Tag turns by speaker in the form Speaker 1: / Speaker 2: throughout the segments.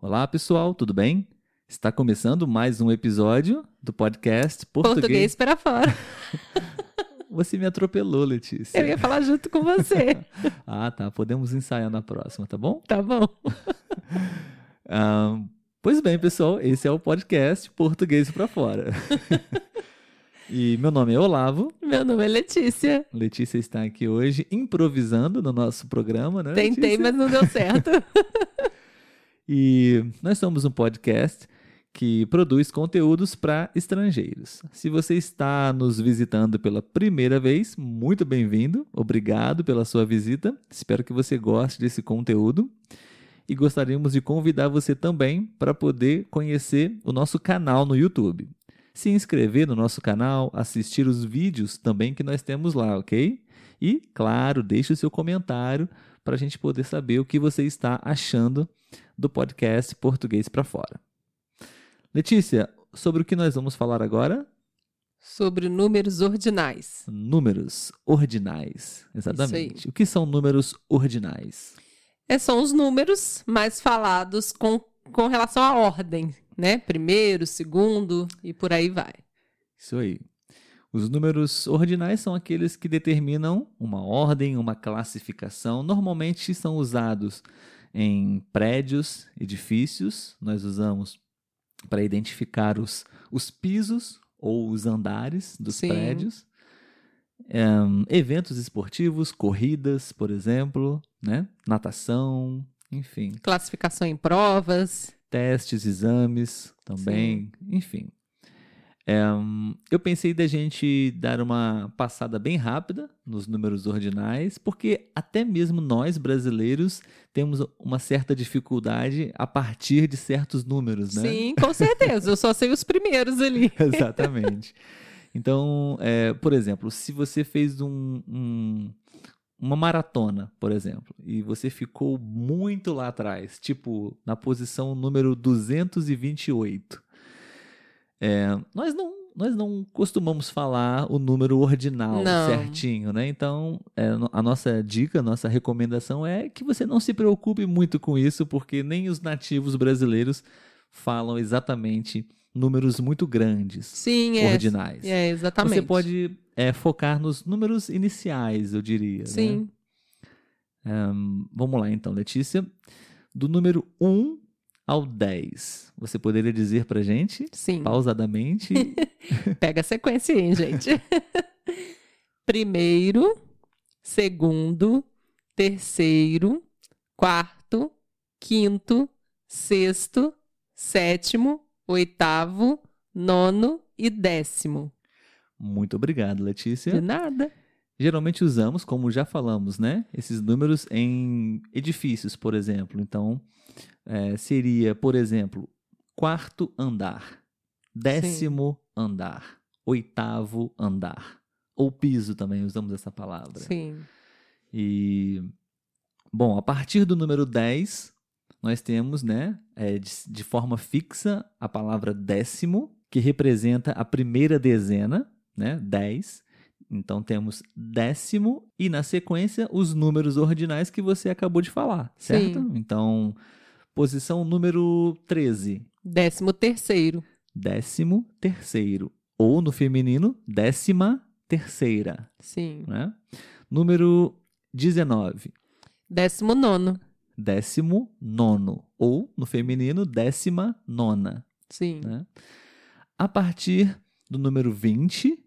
Speaker 1: Olá, pessoal, tudo bem? Está começando mais um episódio do podcast Português.
Speaker 2: Português para fora.
Speaker 1: Você me atropelou,
Speaker 2: Eu
Speaker 1: Letícia.
Speaker 2: ia falar junto com você.
Speaker 1: Ah, tá. Podemos ensaiar na próxima, tá bom?
Speaker 2: Tá bom.
Speaker 1: Ahn, pois bem, pessoal, esse é o podcast Português para Fora. e meu nome é Olavo.
Speaker 2: Meu nome é Letícia.
Speaker 1: Letícia está aqui hoje improvisando no nosso programa, né?
Speaker 2: Tentei,
Speaker 1: Letícia?
Speaker 2: mas não deu certo.
Speaker 1: E nós somos um podcast que produz conteúdos para estrangeiros. Se você está nos visitando pela primeira vez, muito bem-vindo. Obrigado pela sua visita. Espero que você goste desse conteúdo. E gostaríamos de convidar você também para poder conhecer o nosso canal no YouTube. Se inscrever no nosso canal, assistir os vídeos também que nós temos lá, ok? E, claro, deixe o seu comentário para a gente poder saber o que você está achando do podcast Português para Fora. Letícia, sobre o que nós vamos falar agora?
Speaker 2: Sobre números ordinais.
Speaker 1: Números ordinais. Exatamente. O que são números ordinais?
Speaker 2: É, são os números mais falados com, com relação à ordem, né? Primeiro, segundo e por aí vai.
Speaker 1: Isso aí. Os números ordinais são aqueles que determinam uma ordem, uma classificação. Normalmente são usados em prédios, edifícios. Nós usamos para identificar os, os pisos ou os andares dos
Speaker 2: Sim.
Speaker 1: prédios. Ahn, eventos esportivos, corridas, por exemplo, né? natação, enfim
Speaker 2: Classificação em provas.
Speaker 1: testes, exames também, enfim. É, hum, eu pensei da gente dar uma passada bem rápida nos números ordinais, porque até mesmo nós brasileiros temos uma certa dificuldade a partir de certos números, né?
Speaker 2: Sim, com certeza. Eu só sei os primeiros ali.
Speaker 1: Exatamente. Então, é, por exemplo, se você fez um- um- uma maratona, por exemplo, e você ficou muito lá atrás, tipo na posição número 228, é, nós não. Nós não costumamos falar o número ordinal
Speaker 2: Não.
Speaker 1: certinho, né? Então, é, no- a nossa dica, a nossa recomendação é que você não se preocupe muito com isso, porque nem os nativos brasileiros falam exatamente números muito grandes
Speaker 2: Sim, é.
Speaker 1: ordinais.
Speaker 2: É, exatamente.
Speaker 1: Você pode é, focar nos números iniciais, eu diria. né?
Speaker 2: Sim.
Speaker 1: Vamos lá então, Letícia. Do número 1 ao 10, você poderia dizer pra gente,
Speaker 2: Sim.
Speaker 1: pausadamente,
Speaker 2: Pega a sequência aí, hein, gente. Primeiro, segundo, terceiro, quarto, quinto, sexto, sétimo, oitavo, nono e décimo.
Speaker 1: muito obrigado,
Speaker 2: De
Speaker 1: Letícia.
Speaker 2: nada.
Speaker 1: Geralmente usamos, como já falamos, né? Esses números em edifícios, por exemplo. Então, é, seria, por exemplo, quarto andar, décimo andar, oitavo andar. Ou piso também, usamos essa palavra.
Speaker 2: Sim.
Speaker 1: E, bom, a partir do número 10, nós temos, né, é, de, de forma fixa, a palavra décimo, que representa a primeira dezena, né, 10. Então temos décimo e, na sequência, os números ordinais que você acabou de falar, certo?
Speaker 2: Sim.
Speaker 1: Então, posição número 13,
Speaker 2: Décimo terceiro.
Speaker 1: décimo terceiro. Ou, no feminino, décima terceira,
Speaker 2: Sim.
Speaker 1: né? Número 19,
Speaker 2: Décimo nono.
Speaker 1: décimo nono, ou, no feminino, décima nona.
Speaker 2: Sim.
Speaker 1: Né? A partir do número 20,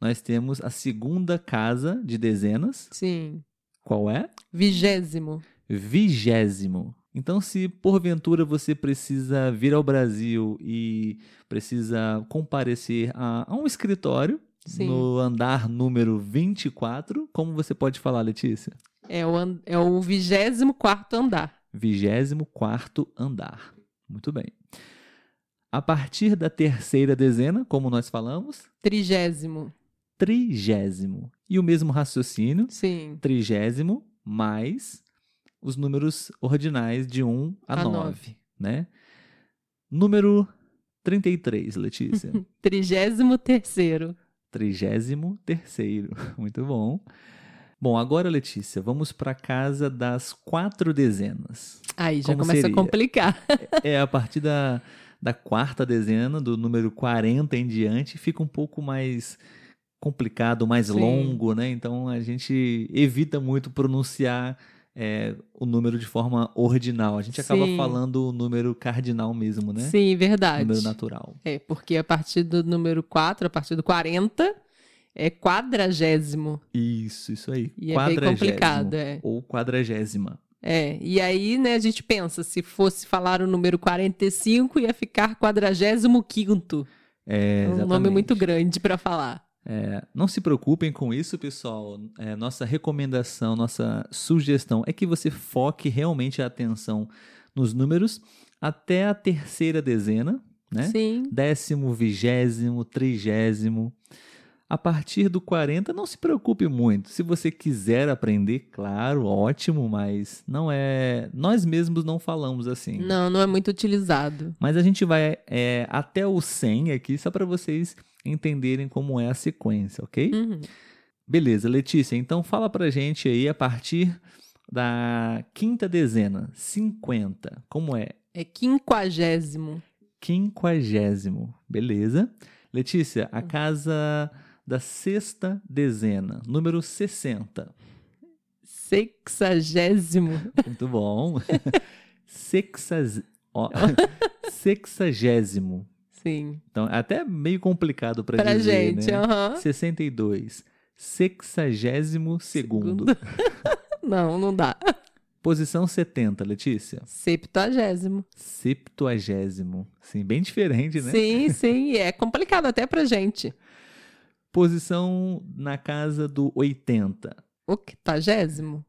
Speaker 1: nós temos a segunda casa de dezenas.
Speaker 2: Sim.
Speaker 1: Qual é?
Speaker 2: Vigésimo.
Speaker 1: Vigésimo. Então, se porventura você precisa vir ao Brasil e precisa comparecer a, a um escritório
Speaker 2: Sim.
Speaker 1: no andar número 24, como você pode falar, Letícia?
Speaker 2: É o, an- é o vigésimo quarto andar.
Speaker 1: 24 andar. Muito bem. A partir da terceira dezena, como nós falamos,
Speaker 2: Trigésimo.
Speaker 1: trigésimo. E o mesmo raciocínio,
Speaker 2: Sim.
Speaker 1: trigésimo mais os números ordinais de 1 a
Speaker 2: A
Speaker 1: 9, né? Número 33, Letícia.
Speaker 2: Trigésimo terceiro.
Speaker 1: Trigésimo terceiro. Muito bom. Bom, agora, Letícia, vamos para casa das quatro dezenas.
Speaker 2: Aí já
Speaker 1: Como
Speaker 2: começa
Speaker 1: seria?
Speaker 2: a complicar.
Speaker 1: É a partir da, da quarta dezena, do número 40 em diante, fica um pouco mais complicado, mais
Speaker 2: Sim.
Speaker 1: longo, né? Então a gente evita muito pronunciar é, o número de forma ordinal. A gente acaba
Speaker 2: Sim.
Speaker 1: falando o número cardinal mesmo, né?
Speaker 2: Sim,
Speaker 1: O
Speaker 2: verdade.
Speaker 1: número natural.
Speaker 2: É, porque a partir do número 4, a partir do 40, é quadragésimo.
Speaker 1: Isso, isso aí.
Speaker 2: E é bem complicado, é.
Speaker 1: Ou quadragésima.
Speaker 2: É, e aí, né, a gente pensa, se fosse falar o número 45, ia ficar 45.
Speaker 1: É,
Speaker 2: É um nome
Speaker 1: exatamente.
Speaker 2: muito grande pra falar.
Speaker 1: Não se preocupem com isso, pessoal. É, nossa recomendação, nossa sugestão é que você foque realmente a atenção nos números até a terceira dezena, né?
Speaker 2: Sim.
Speaker 1: Décimo, vigésimo, trigésimo. A partir do 40, não se preocupe muito. Se você quiser aprender, claro, ótimo, mas não é. Nós mesmos não falamos assim.
Speaker 2: Não, não é muito utilizado.
Speaker 1: Mas a gente vai é, até o 100 aqui, só para vocês entenderem como é a sequência, ok?
Speaker 2: Uhum.
Speaker 1: Beleza, Letícia, então fala pra gente aí a partir da quinta dezena, 50. Como é?
Speaker 2: É quinquagésimo.
Speaker 1: Quinquagésimo, beleza? Letícia, a casa da sexta dezena, número 60.
Speaker 2: Sexagésimo.
Speaker 1: Muito bom. Sexas... ó, Sexagésimo.
Speaker 2: Sim.
Speaker 1: Então, até meio complicado pra,
Speaker 2: Pra
Speaker 1: dizer,
Speaker 2: gente,
Speaker 1: né?
Speaker 2: aham.
Speaker 1: 62. Sexagésimo segundo.
Speaker 2: Não, não dá.
Speaker 1: Posição 70, Letícia.
Speaker 2: Septuagésimo.
Speaker 1: Septuagésimo. Sim, bem diferente, né?
Speaker 2: Sim, sim. e É complicado até pra gente.
Speaker 1: Posição na casa do 80.
Speaker 2: Octagésimo.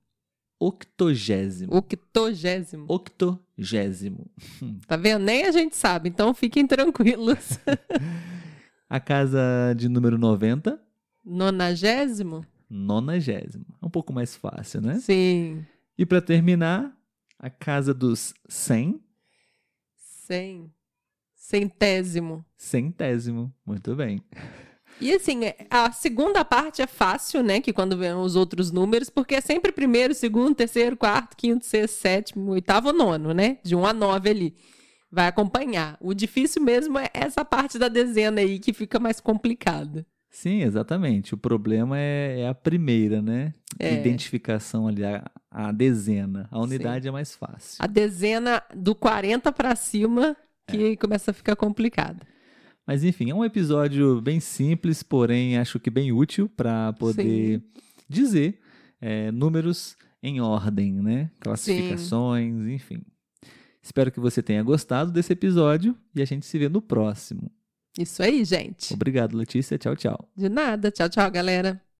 Speaker 1: Octogésimo.
Speaker 2: Octogésimo.
Speaker 1: Octogésimo.
Speaker 2: Tá vendo? Nem a gente sabe, então fiquem tranquilos.
Speaker 1: A casa de número 90,
Speaker 2: Nonagésimo?
Speaker 1: nonagésimo. É um pouco mais fácil, né?
Speaker 2: Sim.
Speaker 1: E para terminar, a casa dos 100,
Speaker 2: Cem. Centésimo.
Speaker 1: centésimo. Muito bem.
Speaker 2: E assim, é- a segunda parte é fácil, né? Que quando vem os outros números, porque é sempre primeiro, segundo, terceiro, quarto, quinto, sexto, sétimo, oitavo, nono, né? De um a nove ali. Vai acompanhar. O difícil mesmo é essa parte da dezena aí que fica mais complicada.
Speaker 1: Sim, exatamente. O problema é, é a primeira, né?
Speaker 2: É.
Speaker 1: Identificação ali, a, a dezena. A unidade é mais fácil.
Speaker 2: A dezena do 40 pra cima que começa a ficar complicada.
Speaker 1: Mas enfim, é um episódio bem simples, porém acho que bem útil para poder dizer é, números em ordem, né? Classificações, enfim. Espero que você tenha gostado desse episódio e a gente se vê no próximo.
Speaker 2: Isso aí, gente.
Speaker 1: Obrigado, Letícia. Tchau, tchau.
Speaker 2: De nada. Tchau, tchau, galera.